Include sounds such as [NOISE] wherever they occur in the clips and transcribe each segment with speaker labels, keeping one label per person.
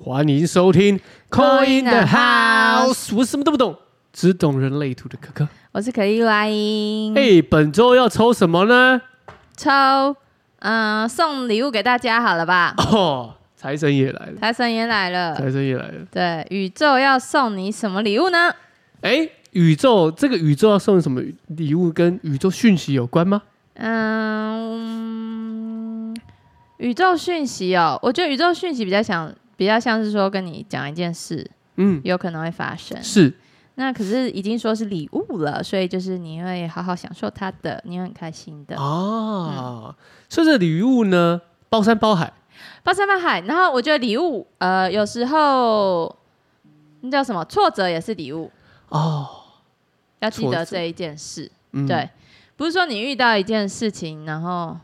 Speaker 1: 欢迎收听《Call in the
Speaker 2: Call in the
Speaker 1: House》，我什么都不懂，只懂人类图的可可。
Speaker 2: 我是可丽露阿英，
Speaker 1: 哎，本周要抽什么呢？
Speaker 2: 抽嗯、送礼物给大家好了吧？
Speaker 1: 哦，财神也来了，
Speaker 2: 财神也来了，
Speaker 1: 财神也来了。
Speaker 2: 对，宇宙要送你什么礼物呢？
Speaker 1: 哎，宇宙这个宇宙要送什么礼物？跟宇宙讯息有关吗？
Speaker 2: 嗯，宇宙讯息哦，我觉得宇宙讯息比较想比较像是说跟你讲一件事，
Speaker 1: 嗯，
Speaker 2: 有可能会发生。
Speaker 1: 是
Speaker 2: 那可是已经说是礼物了，所以就是你会好好享受它的，你会很开心
Speaker 1: 哦
Speaker 2: 的。
Speaker 1: 啊，所以这礼物呢，包山包海。
Speaker 2: 包山包海。然后我觉得礼物，呃，有时候那叫什么挫折也是礼物，
Speaker 1: 哦，
Speaker 2: 要记
Speaker 1: 挫
Speaker 2: 得
Speaker 1: 折
Speaker 2: 这一件事。
Speaker 1: 嗯
Speaker 2: 对，不是说你遇到一件事情，然后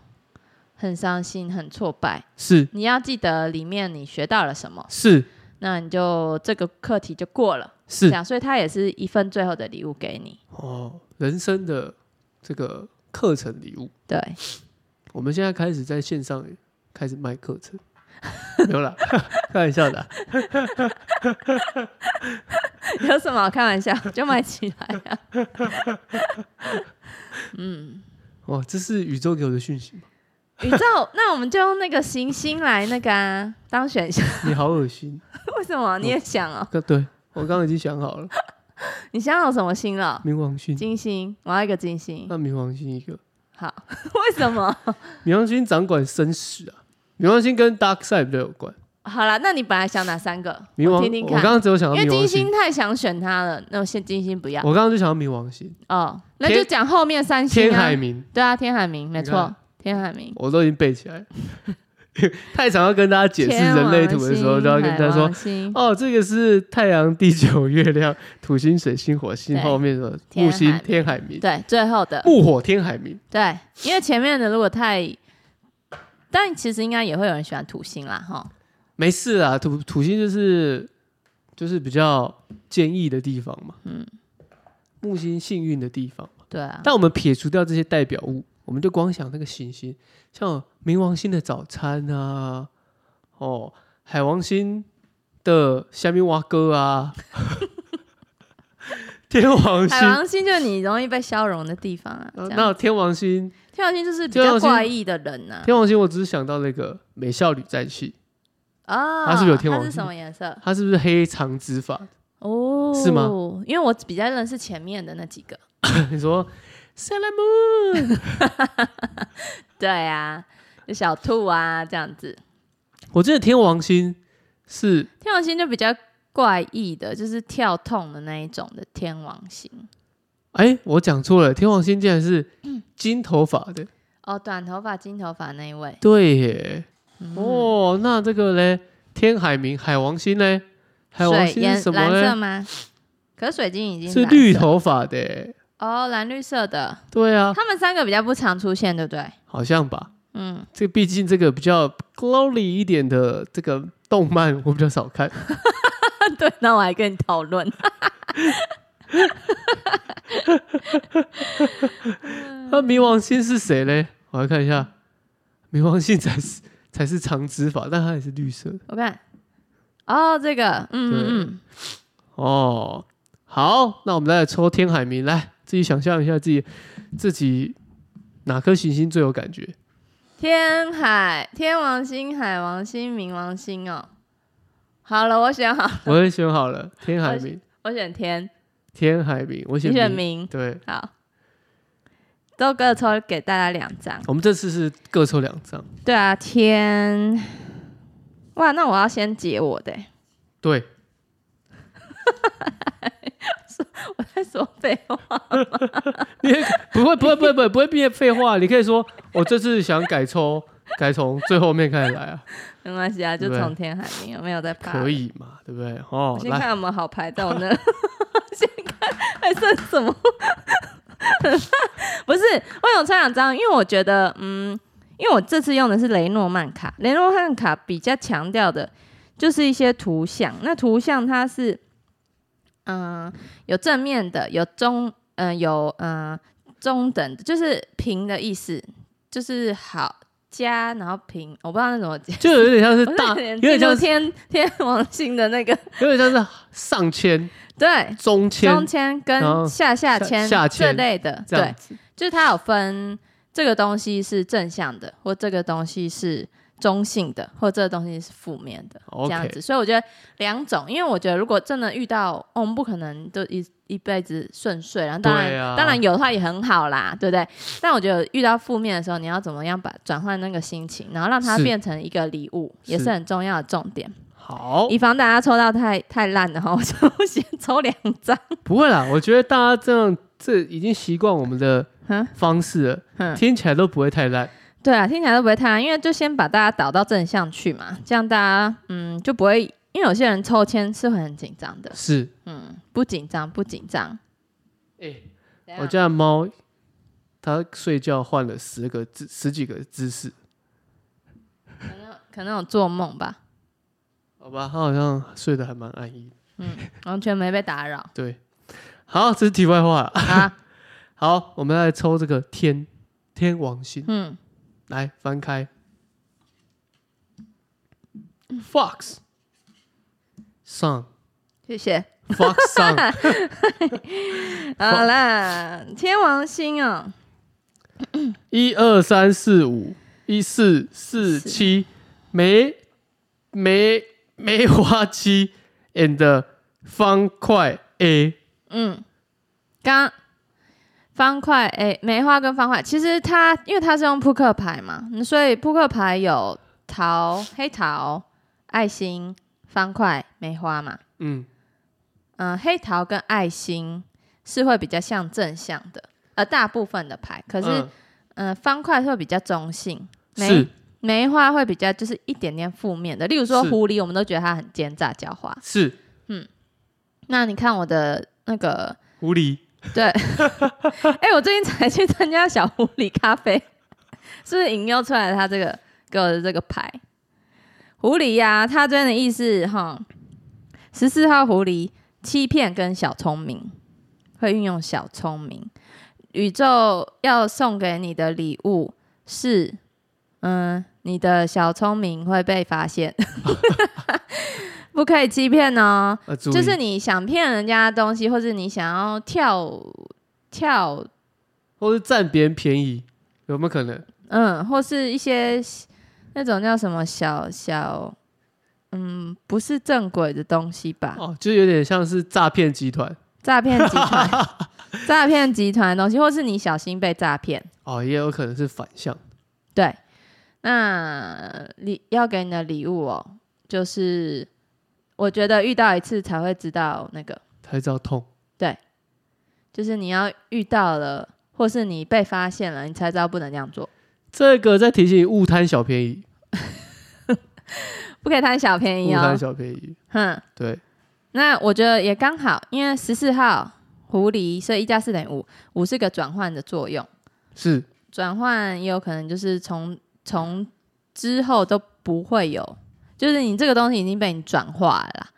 Speaker 2: 很伤心、很挫败，
Speaker 1: 是
Speaker 2: 你要记得里面你学到了什么，
Speaker 1: 是
Speaker 2: 那你就这个课题就过了。这
Speaker 1: 是
Speaker 2: 样，所以它也是啊一份最后的礼物给你。
Speaker 1: 哦，人生的这个课程礼物。
Speaker 2: 对， [LAUGHS]
Speaker 1: 我们现在开始在线上开始卖课程， [LAUGHS] 没有啦， [LAUGHS] 开玩笑的啊。
Speaker 2: 有什么好开玩笑，就买起 [LAUGHS] 来啊。
Speaker 1: 哦，这是宇宙给我的讯息吗。
Speaker 2: 宇宙，那我们就用那个行星来那个、啊、当选项。 [LAUGHS]
Speaker 1: 你好恶心。
Speaker 2: 为什么你也想哦？
Speaker 1: 刚对我刚刚已经想好了，
Speaker 2: 你想有什么星了？
Speaker 1: 冥王星，
Speaker 2: 金星，我要一个金星。
Speaker 1: 那冥王星一个，
Speaker 2: 好， [LAUGHS] 为什么？
Speaker 1: 冥王星掌管生死啊。冥王星跟 Dark Side 比较有关。
Speaker 2: 好啦，那你本来想哪三个？
Speaker 1: 冥
Speaker 2: 我
Speaker 1: 王，
Speaker 2: 听听
Speaker 1: 我
Speaker 2: 看
Speaker 1: 刚。刚只有想到
Speaker 2: 因为
Speaker 1: 冥王
Speaker 2: 金
Speaker 1: 星
Speaker 2: 星，太想选他了，那我先金星不要
Speaker 1: 我刚刚就想到冥王星、
Speaker 2: 哦，那
Speaker 1: 天
Speaker 2: 就讲后面三星
Speaker 1: 天
Speaker 2: 啊
Speaker 1: 海。冥，
Speaker 2: 对啊，天海明，没
Speaker 1: 你
Speaker 2: 错
Speaker 1: 看，
Speaker 2: 天海明。
Speaker 1: 我都已经背起来了。 [LAUGHS] 太常要跟大家解释人类图的时候，就要跟大家说
Speaker 2: 说
Speaker 1: 哦，这个是太阳、地球、 [LAUGHS] 月亮、土星、水星、火星
Speaker 2: 对
Speaker 1: 后面的
Speaker 2: 天
Speaker 1: 木星
Speaker 2: 海、冥
Speaker 1: 天海冥、
Speaker 2: 对，最后的
Speaker 1: 木火天海冥。
Speaker 2: 对，因为前面的如果太，但其实应该也会有人喜欢土星啦，哈。
Speaker 1: 没事啦，土土星就是就是比较坚毅的地方嘛。嗯，木星幸运的地方嘛。
Speaker 2: 对啊，
Speaker 1: 但我们撇除掉这些代表物，我们就光想那个行星，像冥王星的早餐啊，哦，海王星的虾米蛙哥啊， [LAUGHS] 天王星
Speaker 2: 海。王星就是你容易被消融的地方啊。
Speaker 1: 呃
Speaker 2: 这样
Speaker 1: 那天王星，
Speaker 2: 天王星就是比
Speaker 1: 天王
Speaker 2: 较
Speaker 1: 星
Speaker 2: 怪异的人啊呐、
Speaker 1: 天王星，我只是想到那个美少女战士，
Speaker 2: 啊。
Speaker 1: 它是不是有天王
Speaker 2: 它是
Speaker 1: 星
Speaker 2: 什么颜色？
Speaker 1: 她是不是黑长直发？ [LAUGHS]
Speaker 2: 哦，
Speaker 1: 是吗？
Speaker 2: 因为我比较认识前面的那几个。
Speaker 1: 你说 Sailor Moon，
Speaker 2: 对啊，就小兔啊这样子。
Speaker 1: 我记得天王星是
Speaker 2: 天王星就比较怪异的，就是跳痛的那一种的天王星。
Speaker 1: 哎、我讲错了，天王星竟然是
Speaker 2: 嗯
Speaker 1: 金头发的，
Speaker 2: 哦，短头发、金头发那一位。
Speaker 1: 对耶。
Speaker 2: 嗯
Speaker 1: 哦，那这个嘞，天海明海王星嘞，海王
Speaker 2: 水
Speaker 1: 星是
Speaker 2: 颜
Speaker 1: 什么
Speaker 2: 蓝色
Speaker 1: 嘞？
Speaker 2: 吗？可是水晶已经
Speaker 1: 是
Speaker 2: 蓝
Speaker 1: 绿
Speaker 2: 色
Speaker 1: 头发的耶，
Speaker 2: 哦，蓝绿色的，
Speaker 1: 对啊，
Speaker 2: 他们三个比较不常出现，对不对？
Speaker 1: 好像吧。
Speaker 2: 嗯，
Speaker 1: 这毕竟这个比较 glory 一点的这个动漫，我比较少看。
Speaker 2: [LAUGHS] 对，那我还跟你讨论。
Speaker 1: 那冥王星是谁嘞？我来看一下，冥王星才是才是长直发，但它也是绿色的
Speaker 2: 我看，哦，这个，嗯嗯
Speaker 1: 哦。好，那我们再来抽天海明，来自己想象一下自己自己哪颗行星最有感觉？
Speaker 2: 嗯，天海、天王星、海王星、冥王星哦。好了，我选好，
Speaker 1: 我也选好了，天海明，
Speaker 2: 我选天，
Speaker 1: 天海明，我
Speaker 2: 你
Speaker 1: 选
Speaker 2: 选
Speaker 1: 明。
Speaker 2: 冥，
Speaker 1: 对，
Speaker 2: 好。周哥抽给大家两张，
Speaker 1: 我们这次是各抽两张。
Speaker 2: 对啊，天，哇，那我要先解我的欸、 [LAUGHS]
Speaker 1: 对，
Speaker 2: 我在说废话。
Speaker 1: 你也不会不会不会不会不会变废话，你可以说我这次想改抽，改从最后面开始来啊，
Speaker 2: 没关系啊，就
Speaker 1: 对
Speaker 2: 从天海明，没有在怕。
Speaker 1: 可。以嘛？对不对？
Speaker 2: 我
Speaker 1: 哦，
Speaker 2: 先
Speaker 1: 来，
Speaker 2: 看有没有好牌在我那，先看还剩什么。 [LAUGHS] 不是，我有抽两张，因为我觉得，嗯，因为我这次用的是雷诺曼卡，雷诺曼卡比较强调的就是一些图像。那图像它是，嗯、有正面的，有中，呃嗯、有嗯、呃中等的，就是平的意思，就是好加，然后平，我不知道那怎么讲，
Speaker 1: 就有点像是
Speaker 2: 我
Speaker 1: 大，
Speaker 2: 有
Speaker 1: 有
Speaker 2: 点进
Speaker 1: 点
Speaker 2: 入
Speaker 1: 像是
Speaker 2: 天天王星的那个， [LAUGHS]
Speaker 1: 有点像是上签、
Speaker 2: 对，
Speaker 1: 中签
Speaker 2: 中签
Speaker 1: 然后
Speaker 2: 跟下下
Speaker 1: 下
Speaker 2: 签
Speaker 1: 下
Speaker 2: 这
Speaker 1: 签
Speaker 2: 类的，
Speaker 1: 这
Speaker 2: 对
Speaker 1: 样，子。
Speaker 2: 就是它有分这个东西是正向的，或这个东西是中性的，或这个东西是负面的这样
Speaker 1: OK，
Speaker 2: 子。所以我觉得两种，因为我觉得如果真的遇到，哦、我们不可能就一一辈子顺遂，然后当
Speaker 1: 对
Speaker 2: 然、
Speaker 1: 啊
Speaker 2: 当然有的话也很好啦，对不对？但我觉得遇到负面的时候，你要怎么样把转换那个心情，然后让它
Speaker 1: 是
Speaker 2: 变成一个礼物，也
Speaker 1: 是哦
Speaker 2: 是很重要的重点。
Speaker 1: 好，
Speaker 2: 以防大家抽到太太烂的话，我就先抽两张。
Speaker 1: 不会啦，我觉得大家这样这已经习惯我们的
Speaker 2: 嗯
Speaker 1: 方式了，
Speaker 2: 嗯
Speaker 1: 听起来都不会太烂。
Speaker 2: 对啊，听起来都不会太难，因为就先把大家导到正向去嘛，这样大家嗯就不会，因为有些人抽签是会很紧张的，
Speaker 1: 是，
Speaker 2: 嗯，不紧张不紧张。啊
Speaker 1: 哎，
Speaker 2: 怎
Speaker 1: 我
Speaker 2: 样
Speaker 1: 家的猫它睡觉换了十个姿十几个姿势，
Speaker 2: 可能可能有做梦吧，
Speaker 1: 好吧，它好像睡得还蛮安逸的。
Speaker 2: 完全没被打扰
Speaker 1: 对，好，这是题外话。
Speaker 2: 啊，
Speaker 1: [LAUGHS] 好，我们来抽这个天天王星，
Speaker 2: 嗯，
Speaker 1: 来翻开。Fox Sun
Speaker 2: 谢
Speaker 1: [LAUGHS]
Speaker 2: 谢。
Speaker 1: Fox
Speaker 2: [LAUGHS]
Speaker 1: Sun，
Speaker 2: 好啦，天王星哦，
Speaker 1: 一二三四五，一四四七，梅梅梅花七，and 方块 A，
Speaker 2: 嗯，刚方块诶，梅花跟方块，其实它因为它是用扑克牌嘛，嗯所以扑克牌有桃、黑桃、爱心、方块、梅花嘛。
Speaker 1: 嗯，
Speaker 2: 嗯，黑桃跟爱心是会比较像正向的，呃，大部分的牌，可是
Speaker 1: 嗯
Speaker 2: 嗯、呃方块会比较中性，梅
Speaker 1: 是
Speaker 2: 梅花会比较就是一点点负面的，例如说
Speaker 1: 是
Speaker 2: 狐狸，我们都觉得它很奸诈狡猾。
Speaker 1: 是
Speaker 2: 那你看我的那个，
Speaker 1: 狐狸，
Speaker 2: 对， [LAUGHS] 哎、我最近才去参加小狐狸咖啡，是不是引诱出来他这个给我的这个牌？狐狸呀、它这边的意思哈，十四号狐狸欺骗跟小聪明，会运用小聪明。宇宙要送给你的礼物是，嗯，你的小聪明会被发现， [LAUGHS] 不可以欺骗哦。
Speaker 1: 呃，注意
Speaker 2: 就是你想骗人家的东西，或是你想要跳跳，
Speaker 1: 或是占别人便宜，有没有可能？
Speaker 2: 嗯，或是一些那种叫什么小小，嗯，不是正轨的东西吧？
Speaker 1: 哦，就有点像是诈骗集团
Speaker 2: [LAUGHS] 诈骗集团，诈骗集团的东西，或是你小心被诈骗。
Speaker 1: 哦，也有可能是反向。
Speaker 2: 对，那礼要给你的礼物哦，就是我觉得遇到一次才会知道那个，
Speaker 1: 才知道痛。
Speaker 2: 就是你要遇到了，或是你被发现了，你才知道不能这样做。
Speaker 1: 这个在提醒你勿贪小便宜，
Speaker 2: 不可以贪小便
Speaker 1: 勿
Speaker 2: 宜哦
Speaker 1: 贪。小便宜。
Speaker 2: 哼，
Speaker 1: 对，
Speaker 2: 那我觉得也刚好，因为十四号狐狸，所以一加四等于五，五是个转换的作用，
Speaker 1: 是
Speaker 2: 转换也有可能就是从从之后都不会有，就是你这个东西已经被你转化了啦。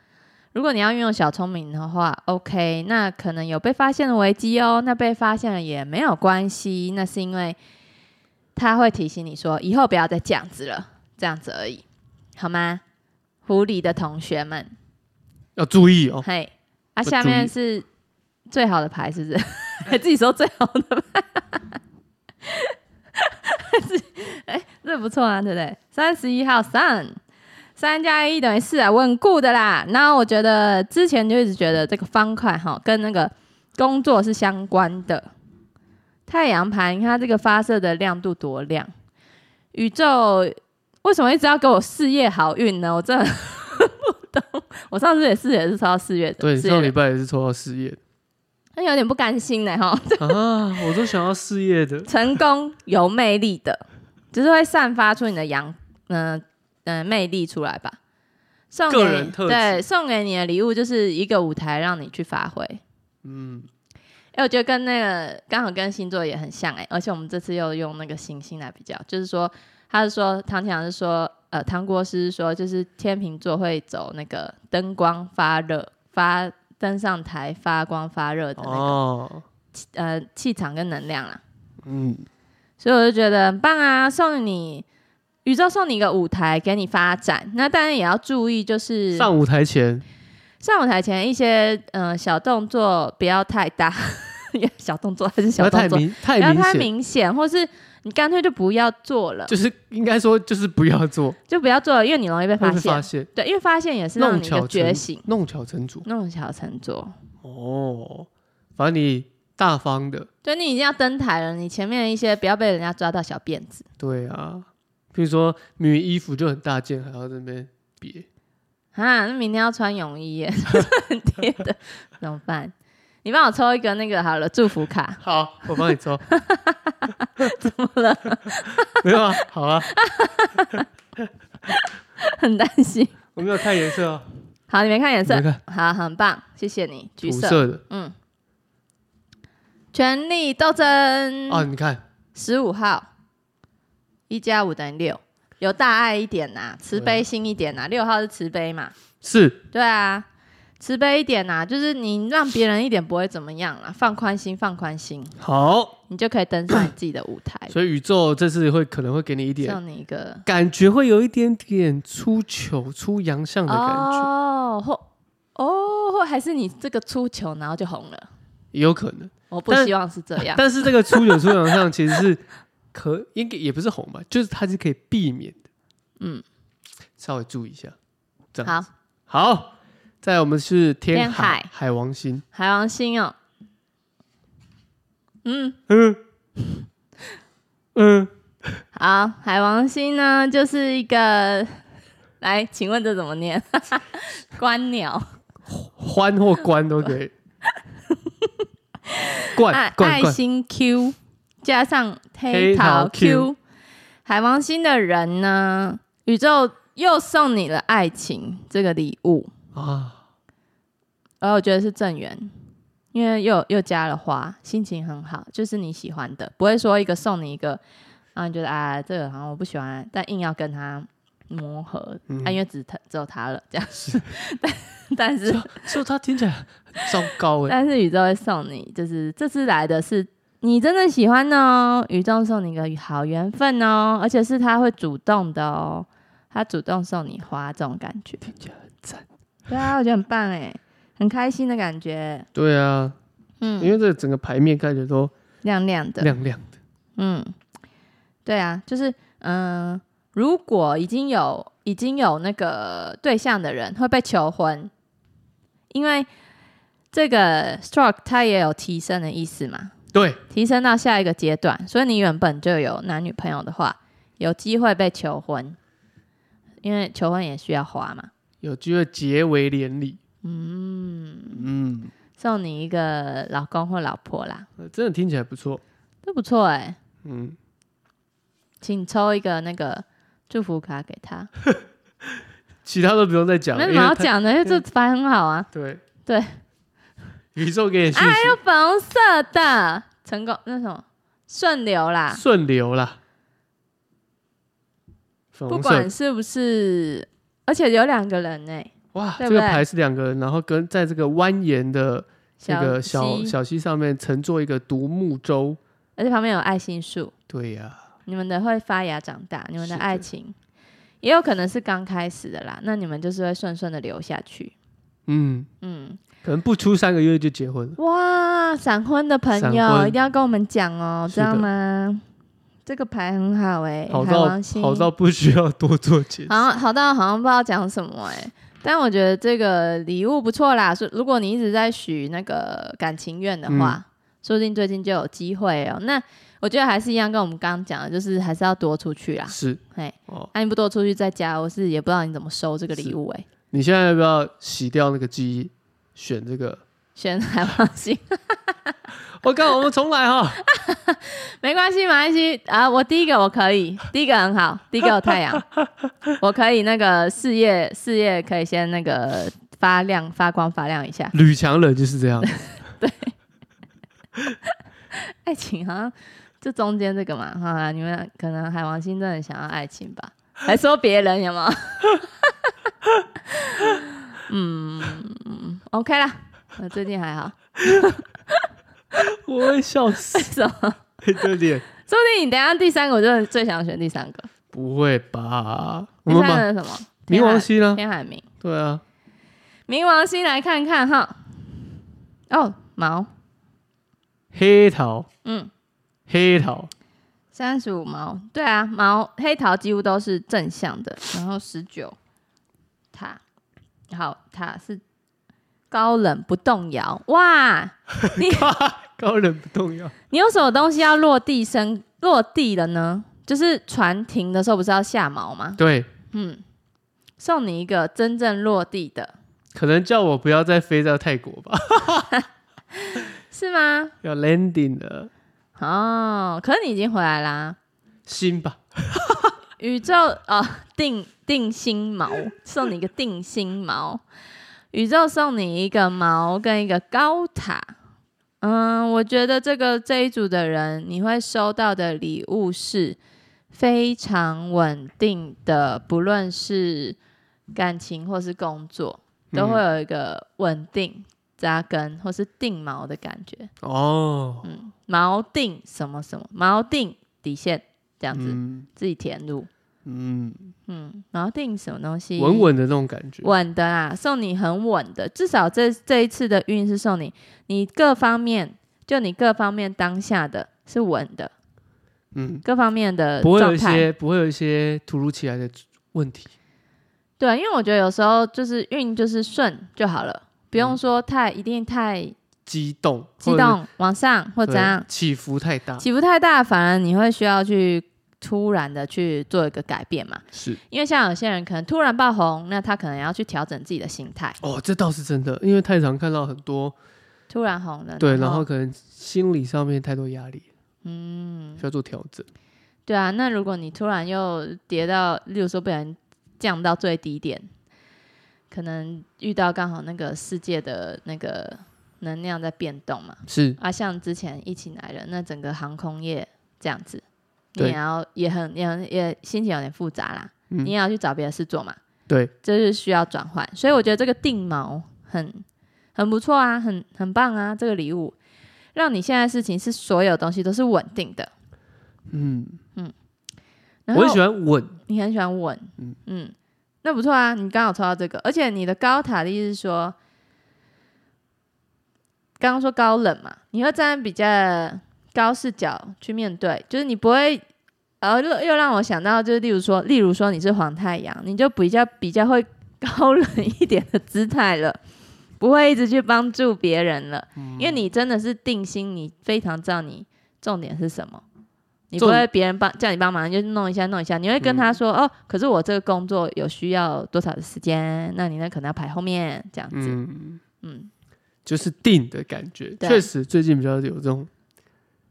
Speaker 2: 如果你要运用小聪明的话，OK，那可能有被发现的危机哦。那被发现了也没有关系，那是因为他会提醒你说以后不要再这样子了，这样子而已，好吗？狐狸的同学们。
Speaker 1: 要注意哦。
Speaker 2: 嘿，啊，
Speaker 1: 不
Speaker 2: 下
Speaker 1: 注意
Speaker 2: 面是最好的牌，是不 [LAUGHS] 是？还自己说最好的牌， [LAUGHS] 哎、这不错啊，对不对？三十一号三。三加一等于四啊，稳固的啦。然后我觉得之前就一直觉得这个方块哈跟那个工作是相关的。太阳牌，你看它这个发射的亮度多亮，宇宙为什么一直要给我事业好运呢？我真的不懂。我上次也是也是抽到四月的，
Speaker 1: 对，
Speaker 2: 四
Speaker 1: 上礼
Speaker 2: 月的，
Speaker 1: 拜也是抽到事
Speaker 2: [LAUGHS]
Speaker 1: 业
Speaker 2: 那有点不甘心呢哈。
Speaker 1: 啊，我都想要事业的。
Speaker 2: 成功有魅力的，就是会散发出你的阳，嗯、嗯、魅力出来吧。送给
Speaker 1: 个人特质
Speaker 2: 对送给你的礼物就是一个舞台，让你去发挥。
Speaker 1: 嗯，
Speaker 2: 哎、我觉得跟那个刚好跟星座也很像哎、而且我们这次又用那个行星来比较，就是说他是说唐启阳是说呃唐国师是说就是天秤座会走那个灯光发热发登上台发光发热的那个、
Speaker 1: 哦，
Speaker 2: 呃气场跟能量啦。
Speaker 1: 嗯，
Speaker 2: 所以我就觉得很棒啊，送你宇宙送你一个舞台给你发展，那当然也要注意，就是
Speaker 1: 上舞台前
Speaker 2: 上舞台前一些呃小动作不要太大， [LAUGHS] 小动作还是
Speaker 1: 不
Speaker 2: 小
Speaker 1: 要
Speaker 2: 动
Speaker 1: 太
Speaker 2: 作，
Speaker 1: 明太
Speaker 2: 不要
Speaker 1: 明
Speaker 2: 太
Speaker 1: 显，
Speaker 2: 明显，或是你干脆就不要做了，
Speaker 1: 就是应该说就是不要做，
Speaker 2: 就不要做了，因为你容易被
Speaker 1: 会
Speaker 2: 发
Speaker 1: 被
Speaker 2: 现。
Speaker 1: 发现，
Speaker 2: 对，因为发现也是让
Speaker 1: 弄
Speaker 2: 你的
Speaker 1: 巧
Speaker 2: 觉
Speaker 1: 成
Speaker 2: 醒，
Speaker 1: 弄巧成拙。
Speaker 2: 弄巧成拙。
Speaker 1: 哦，反正你大方的，
Speaker 2: 对你已经要登台了，你前面的一些不要被人家抓到小辫子。
Speaker 1: 对啊，譬如说明明衣服就很大件，还要在那边别，。
Speaker 2: 啊，那明天要穿泳衣 [LAUGHS] 耶，这是很贴的，怎么办？你帮我抽一个那个好了，祝福卡
Speaker 1: 好，我帮你抽，
Speaker 2: [LAUGHS] 怎么了？
Speaker 1: 没有啊，好啊，
Speaker 2: 很担心。
Speaker 1: 我没有看颜色啊，
Speaker 2: 好，你没看
Speaker 1: 你
Speaker 2: 颜色，
Speaker 1: 看
Speaker 2: 好，很棒，谢谢你。橘
Speaker 1: 土
Speaker 2: 色，
Speaker 1: 色的
Speaker 2: 嗯。权力斗
Speaker 1: 啊，
Speaker 2: 争
Speaker 1: 你看
Speaker 2: 十五、号，一加五等于六，有大爱一点呐、慈悲心一点呐、啊六号是慈悲嘛？
Speaker 1: 是
Speaker 2: 对啊，慈悲一点呐、就是你让别人一点不会怎么样啦，放宽心，放宽心，
Speaker 1: 好，。
Speaker 2: 你就可以登上你自己的舞台
Speaker 1: 所以宇宙这次会可能会给你一点。
Speaker 2: 送你一个
Speaker 1: 感觉会有一点点出糗、出洋相的感觉，
Speaker 2: 哦，或哦，或还是你这个出球然后就红了。
Speaker 1: 也有可能。
Speaker 2: 我不
Speaker 1: 但
Speaker 2: 希望是这样。
Speaker 1: 但是这个出糗、出洋相其实是可，应该也不是红吧，就是它是可以避免的。
Speaker 2: 嗯，
Speaker 1: 稍微注意一下。这样
Speaker 2: 好，
Speaker 1: 好，再来我们是天
Speaker 2: 天
Speaker 1: 海
Speaker 2: 海
Speaker 1: 海王星，
Speaker 2: 海王星哦，嗯，
Speaker 1: 嗯嗯，
Speaker 2: 好，海王星呢就是一个，来，请问这怎么念？ [LAUGHS] 观鸟，
Speaker 1: 欢或关都
Speaker 2: [LAUGHS]
Speaker 1: 可以。冠
Speaker 2: 爱
Speaker 1: 冠
Speaker 2: 爱
Speaker 1: 冠，
Speaker 2: 心 Q 加上
Speaker 1: 黑桃
Speaker 2: 桃
Speaker 1: Q
Speaker 2: Q，海王星的人呢，宇宙又送你了爱情这个礼物，
Speaker 1: 啊，
Speaker 2: 而我觉得是正缘，因为又又加了花，心情很好，就是你喜欢的，不会说一个送你一个，然后你觉得啊这个好像我不喜欢，但硬要跟他磨合，
Speaker 1: 嗯
Speaker 2: 啊因为只他只有他了这样， [LAUGHS] 但但是
Speaker 1: 所以它听起来很糟糕哎。
Speaker 2: 但是宇宙会送你，就是这次来的是你真的喜欢的哦，宇宙送你一个好缘分哦，而且是他会主动的哦，他主动送你花这种感觉，
Speaker 1: 听起来很赞。
Speaker 2: 对啊，我觉得很棒哎，很开心的感觉，
Speaker 1: 对啊，因
Speaker 2: 嗯，
Speaker 1: 为这整个牌面看起来都
Speaker 2: 亮亮的，
Speaker 1: 亮亮的。
Speaker 2: 嗯，对啊，就是嗯、如果已经有已经有那个对象的人会被求婚，因为这个 stroke 它也有提升的意思嘛，
Speaker 1: 对，
Speaker 2: 提升到下一个阶段，所以你原本就有男女朋友的话，有机会被求婚，因为求婚也需要花嘛。
Speaker 1: 有机会结为连理。
Speaker 2: 嗯，
Speaker 1: 嗯，
Speaker 2: 送你一个老公或老婆啦，
Speaker 1: 呃真的听起来不错。
Speaker 2: 这不错哎、
Speaker 1: 嗯，
Speaker 2: 请抽一个那个祝福卡给他。
Speaker 1: 其他嗯都不用再讲
Speaker 2: 没
Speaker 1: 了。
Speaker 2: 什
Speaker 1: 因
Speaker 2: 么
Speaker 1: 为
Speaker 2: 好
Speaker 1: 它
Speaker 2: 讲的，因为这反正很好啊。
Speaker 1: 对
Speaker 2: 对，哎
Speaker 1: 宇宙给你讯
Speaker 2: 还有
Speaker 1: 息，
Speaker 2: 粉红色的成功那什么顺流啦，
Speaker 1: 顺流啦。粉
Speaker 2: 不
Speaker 1: 红色
Speaker 2: 管是不是，而且有两个人呢、欸
Speaker 1: 哇，
Speaker 2: 对
Speaker 1: 这
Speaker 2: 不
Speaker 1: 个
Speaker 2: 对
Speaker 1: 牌是两个人，然后跟在这个蜿蜒的这个小
Speaker 2: 溪
Speaker 1: 小溪上面乘坐一个独木舟。
Speaker 2: 而且旁边有爱心树。
Speaker 1: 对呀、
Speaker 2: 你们的会发芽长大，你们的
Speaker 1: 是的
Speaker 2: 爱情也有可能是刚开始的啦。那你们就是会顺顺的流下去。
Speaker 1: 嗯，
Speaker 2: 嗯，
Speaker 1: 可能不出三个月就结婚了。
Speaker 2: 哇，闪婚的朋
Speaker 1: 闪
Speaker 2: 友
Speaker 1: 婚
Speaker 2: 一定要跟我们讲哦，
Speaker 1: 是
Speaker 2: 知
Speaker 1: 的
Speaker 2: 道吗？这个牌很啊好哎、
Speaker 1: 好
Speaker 2: 海
Speaker 1: 到
Speaker 2: 王星，
Speaker 1: 好到不需要多做解释
Speaker 2: 好像好到好像不知道讲什么哎、但我觉得这个礼物不错啦。说如果你一直在许那个感情愿的话，说不定最近就有机会哦。那我觉得还是一样，跟我们刚刚讲的，就是还是要多出去啦。
Speaker 1: 是
Speaker 2: 嘿，啊
Speaker 1: 哦，
Speaker 2: 那、你不多出去在家，我是也不知道你怎么收这个礼物哎、
Speaker 1: 你现在要不要洗掉那个记忆，选这个？
Speaker 2: 选海王星
Speaker 1: 我靠，我们重来啊哈！
Speaker 2: [LAUGHS] 没关系，没关系啊！我第一个我可以，第一个很好，第一个有太阳，我可以那个事业事业可以先那个发亮发光发亮一下。
Speaker 1: 吕强人就是
Speaker 2: [LAUGHS]
Speaker 1: 这样，
Speaker 2: [LAUGHS] 爱情好像这中间这个嘛，哈、你们可能海王星真的很想要爱
Speaker 1: [LAUGHS]
Speaker 2: 情吧？还说别人有没 [LAUGHS] 有？嗯，OK 啦，我最近还好， [LAUGHS]
Speaker 1: 我会笑死
Speaker 2: 为什么？
Speaker 1: 你的脸。
Speaker 2: 说不定你等一下第三个，我就最想选第三个。
Speaker 1: [LAUGHS] 不会吧？我
Speaker 2: 第
Speaker 1: 们把
Speaker 2: 三个是什么？
Speaker 1: 冥王星啊，
Speaker 2: 天海冥，
Speaker 1: 对啊，
Speaker 2: 冥王星来看看哈。哦，毛，
Speaker 1: 黑桃，
Speaker 2: 嗯，
Speaker 1: 黑桃，
Speaker 2: 三十五毛，对啊，毛黑桃几乎都是正向的，然后十九塔，好塔是高冷不动摇，哇，
Speaker 1: 高冷不动摇。
Speaker 2: 你有什么东西要落地生落地了呢？就是船停的时候不是要下锚吗？
Speaker 1: 对，
Speaker 2: 嗯，送你一个真正落地的，
Speaker 1: 可能叫我不要再飞到泰国吧， [LAUGHS]
Speaker 2: 是吗？
Speaker 1: 要 landing 了，
Speaker 2: 哦，可是你已经回来啦。
Speaker 1: 心吧。
Speaker 2: 宇宙哦，定定心锚，送你一个定心锚。宇宙送你一个锚跟一个高塔。嗯，我觉得这个这一组的人，你会收到的礼物是非常稳定的，不论是感情或是工作，都会
Speaker 1: 嗯
Speaker 2: 有一个稳定扎根或是定锚的感觉。
Speaker 1: 哦，
Speaker 2: 嗯，锚定什么什么，锚定底线这样子，
Speaker 1: 嗯
Speaker 2: 自己填入。
Speaker 1: 嗯，
Speaker 2: 嗯，锚定什么东西？
Speaker 1: 稳稳的那种感觉。
Speaker 2: 稳的啦，送你很稳的，至少这这一次的运是送你，你各方面就你各方面当下的是稳的，
Speaker 1: 嗯，
Speaker 2: 各方面的
Speaker 1: 不会有
Speaker 2: 呃
Speaker 1: 一
Speaker 2: 状态。
Speaker 1: 些不会有一些突如其来的问题。
Speaker 2: 对，因为我觉得有时候就是运就是顺就好
Speaker 1: 嗯
Speaker 2: 了，不用说太一定太
Speaker 1: 激动，
Speaker 2: 激动往上或
Speaker 1: 或
Speaker 2: 怎样，
Speaker 1: 起伏太大，
Speaker 2: 起伏太大，反而你会需要去突然的去做一个改变嘛。
Speaker 1: 是
Speaker 2: 因为像有些人可能突然爆红，那他可能要去调整自己的心态，
Speaker 1: 哦，这倒是真的，因为太常看到很多
Speaker 2: 突然红了，
Speaker 1: 对，然后可能心理上面太多压力，
Speaker 2: 嗯。
Speaker 1: 需要做调整。
Speaker 2: 对啊，那如果你突然又跌到，例如说不然降到最低点，可能遇到刚好那个世界的那个能量在变动嘛。
Speaker 1: 是
Speaker 2: 啊，像之前疫情来了，那整个航空业这样子，你
Speaker 1: 对
Speaker 2: 也要也很也很也心情有点复杂啦，
Speaker 1: 嗯
Speaker 2: 你也要去找别的事做嘛，
Speaker 1: 对，
Speaker 2: 这就是需要转换。所以我觉得这个定锚很很不错啊，很很棒啊，这个礼物让你现在事情是所有东西都是稳定的。
Speaker 1: 嗯，
Speaker 2: 然
Speaker 1: 我
Speaker 2: 后
Speaker 1: 很喜欢稳，
Speaker 2: 你很喜欢稳，
Speaker 1: 嗯
Speaker 2: 嗯那不错啊，你刚好抽到这个，而且你的高塔的意思是说，刚刚说高冷嘛，你会站在比较高视角去面对，就是你不会，呃，又又让我想到，就是例如说，例如说你是黄太阳，你就比较比较会高冷一点的姿态了。不会一直去帮助别人了，因为你真的是定心，你非常知道你重点是什么。你不
Speaker 1: 重
Speaker 2: 会别人帮叫你帮忙，你就弄一下弄一下，你会
Speaker 1: 嗯
Speaker 2: 跟他说、哦，可是我这个工作有需要多少的时间，那你那可能要排后面这样子，
Speaker 1: 嗯，
Speaker 2: 嗯，
Speaker 1: 就是定的感觉，
Speaker 2: 对
Speaker 1: 确实最近比较有这种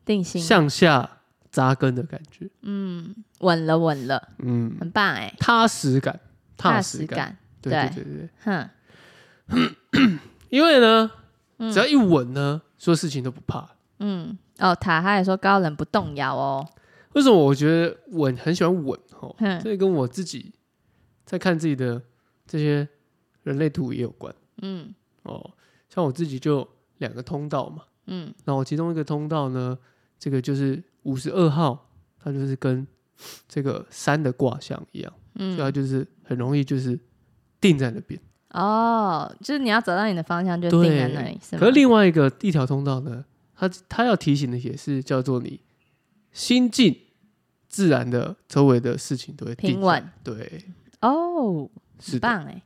Speaker 2: 定心，
Speaker 1: 向下扎根的感觉，
Speaker 2: 嗯，稳了稳了，
Speaker 1: 嗯，
Speaker 2: 很棒哎、
Speaker 1: 踏实感，踏
Speaker 2: 实
Speaker 1: 实感，
Speaker 2: 感，
Speaker 1: 对对
Speaker 2: 对
Speaker 1: 对对，对
Speaker 2: 哼，
Speaker 1: 因为呢，
Speaker 2: 嗯
Speaker 1: 只要一稳呢，做事情都不怕。
Speaker 2: 嗯，哦，塔哈也说高冷不动摇哦，
Speaker 1: 为什么我觉得稳很喜欢稳哦？
Speaker 2: 嗯
Speaker 1: 这跟我自己在看自己的这些人类图也有关
Speaker 2: 嗯
Speaker 1: 哦。像我自己就两个通道嘛，
Speaker 2: 嗯
Speaker 1: 那我其中一个通道呢，这个就是五十二号，它就是跟这个山的卦象一样，所以它
Speaker 2: 嗯，
Speaker 1: 啊就是很容易就是定在那边。
Speaker 2: 哦，就是你要找到你的方向就定
Speaker 1: 对
Speaker 2: 在那里，是
Speaker 1: 可是
Speaker 2: 吗？
Speaker 1: 另外一个一条通道呢，它它要提醒的也是叫做你心境自然的周围的事情都会定
Speaker 2: 平稳
Speaker 1: 下来，对，
Speaker 2: 哦，
Speaker 1: 是的，
Speaker 2: 很棒哎、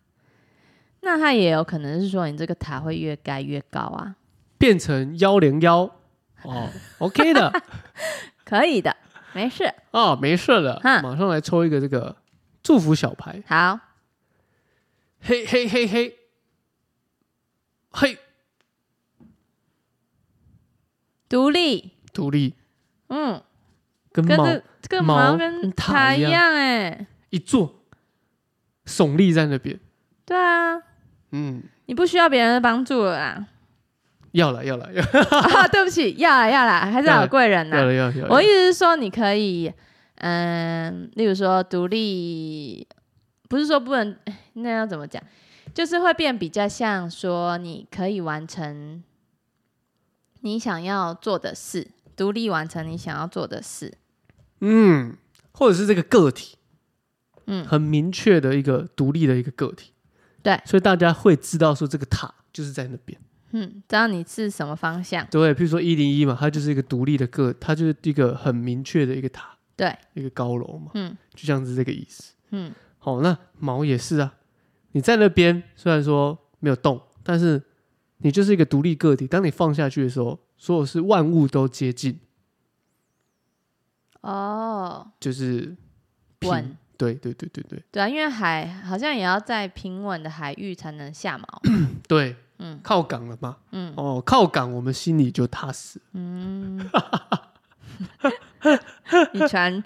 Speaker 2: 那他也有可能是说你这个塔会越盖越高啊，
Speaker 1: 变成幺零
Speaker 2: [LAUGHS]
Speaker 1: 幺哦，OK 的
Speaker 2: 可以的，没事，
Speaker 1: 哦，没事了，
Speaker 2: 哼
Speaker 1: 马上来抽一个这个祝福小牌，
Speaker 2: 好。
Speaker 1: 嘿嘿嘿嘿，嘿，
Speaker 2: 独立，
Speaker 1: 独立
Speaker 2: 嗯，
Speaker 1: 跟
Speaker 2: 跟
Speaker 1: 猫
Speaker 2: 这这个
Speaker 1: 猫
Speaker 2: 毛
Speaker 1: 跟
Speaker 2: 跟
Speaker 1: 塔
Speaker 2: 塔
Speaker 1: 一
Speaker 2: 一
Speaker 1: 样
Speaker 2: 样哎、
Speaker 1: 一坐，耸立在那边，
Speaker 2: 对啊，
Speaker 1: 嗯，
Speaker 2: 你不需要别人的帮助
Speaker 1: [LAUGHS]
Speaker 2: 了啦。
Speaker 1: 要了要了要了
Speaker 2: 啊，对不起，要啦要啦，还是要有贵人
Speaker 1: 要
Speaker 2: 呐。
Speaker 1: 了要了要了，
Speaker 2: 我意思是说，你可以，嗯，例如说独立，不是说不能， [LAUGHS] 那要怎么讲？就是会变比较像说，你可以完成你想要做的事，独立完成你想要做的事。
Speaker 1: 嗯，或者是这个个体，
Speaker 2: 嗯
Speaker 1: 很明确的一个独立的一个个体。
Speaker 2: 对
Speaker 1: 所以大家会知道说这个塔就是在那边。
Speaker 2: 嗯，知道你是什么方向，
Speaker 1: 对，譬如说一零一嘛，它就是一个独立的个，它就是一个很明确的一个塔，
Speaker 2: 对，
Speaker 1: 一个高楼嘛，
Speaker 2: 嗯
Speaker 1: 就像是这个意思。
Speaker 2: 嗯，
Speaker 1: 好，那毛也是啊，你在那边虽然说没有动，但是你就是一个独立个体。当你放下去的时候，所有是万物都接近，
Speaker 2: 哦，
Speaker 1: 就是平
Speaker 2: 稳，
Speaker 1: 对对对对对
Speaker 2: 对啊，因为海好像也要在平稳的海域才能下锚，
Speaker 1: 对，
Speaker 2: 嗯
Speaker 1: 靠港了嘛，
Speaker 2: 嗯
Speaker 1: 哦，靠港，我们心里就踏实。
Speaker 2: 嗯， [LAUGHS] 你船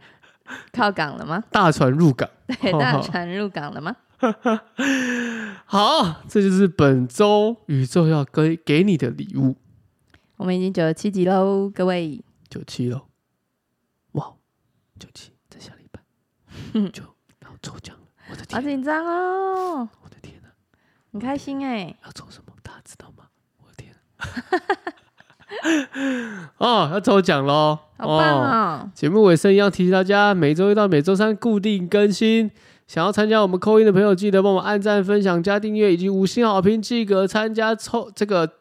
Speaker 2: 靠港了吗？
Speaker 1: 大船入港，
Speaker 2: 对，
Speaker 1: [LAUGHS]
Speaker 2: 大船入港了吗？
Speaker 1: 好，这就是本周宇宙要给给你的礼物。
Speaker 2: 我们已经九十七集喽，各位，
Speaker 1: 九七喽，哇，九七在下礼拜就要抽奖了，我的天，
Speaker 2: 好
Speaker 1: 啊
Speaker 2: 紧张哦，
Speaker 1: 我的天呐、啊哦
Speaker 2: 很开心哎、
Speaker 1: 要抽什么？大家知道吗？我的天、哦，要抽奖喽！
Speaker 2: 好棒哦！
Speaker 1: 节目尾声一样提醒大家，每周一到每周三固定更新。想要参加我们扣音的朋友，记得帮我按赞、分享、加订阅，以及五星好评，即可参加抽这个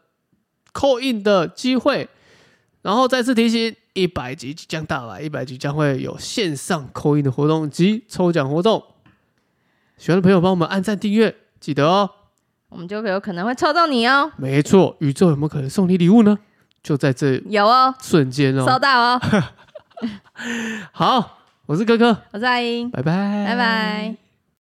Speaker 1: 扣印的机会。然后再次提醒，一百集即将到来，一百集将会有线上扣印的活动及抽奖活动。喜欢的朋友帮我们按赞、订阅，记得哦。
Speaker 2: 我们就有可能会抽中你哦，
Speaker 1: 没错，宇宙有没有可能送你礼物呢？就在这
Speaker 2: 有哦，
Speaker 1: 瞬间
Speaker 2: 收
Speaker 1: 哦。
Speaker 2: 到哦。
Speaker 1: 好，我是哥哥，
Speaker 2: 我是阿英，
Speaker 1: 拜拜，
Speaker 2: 拜拜。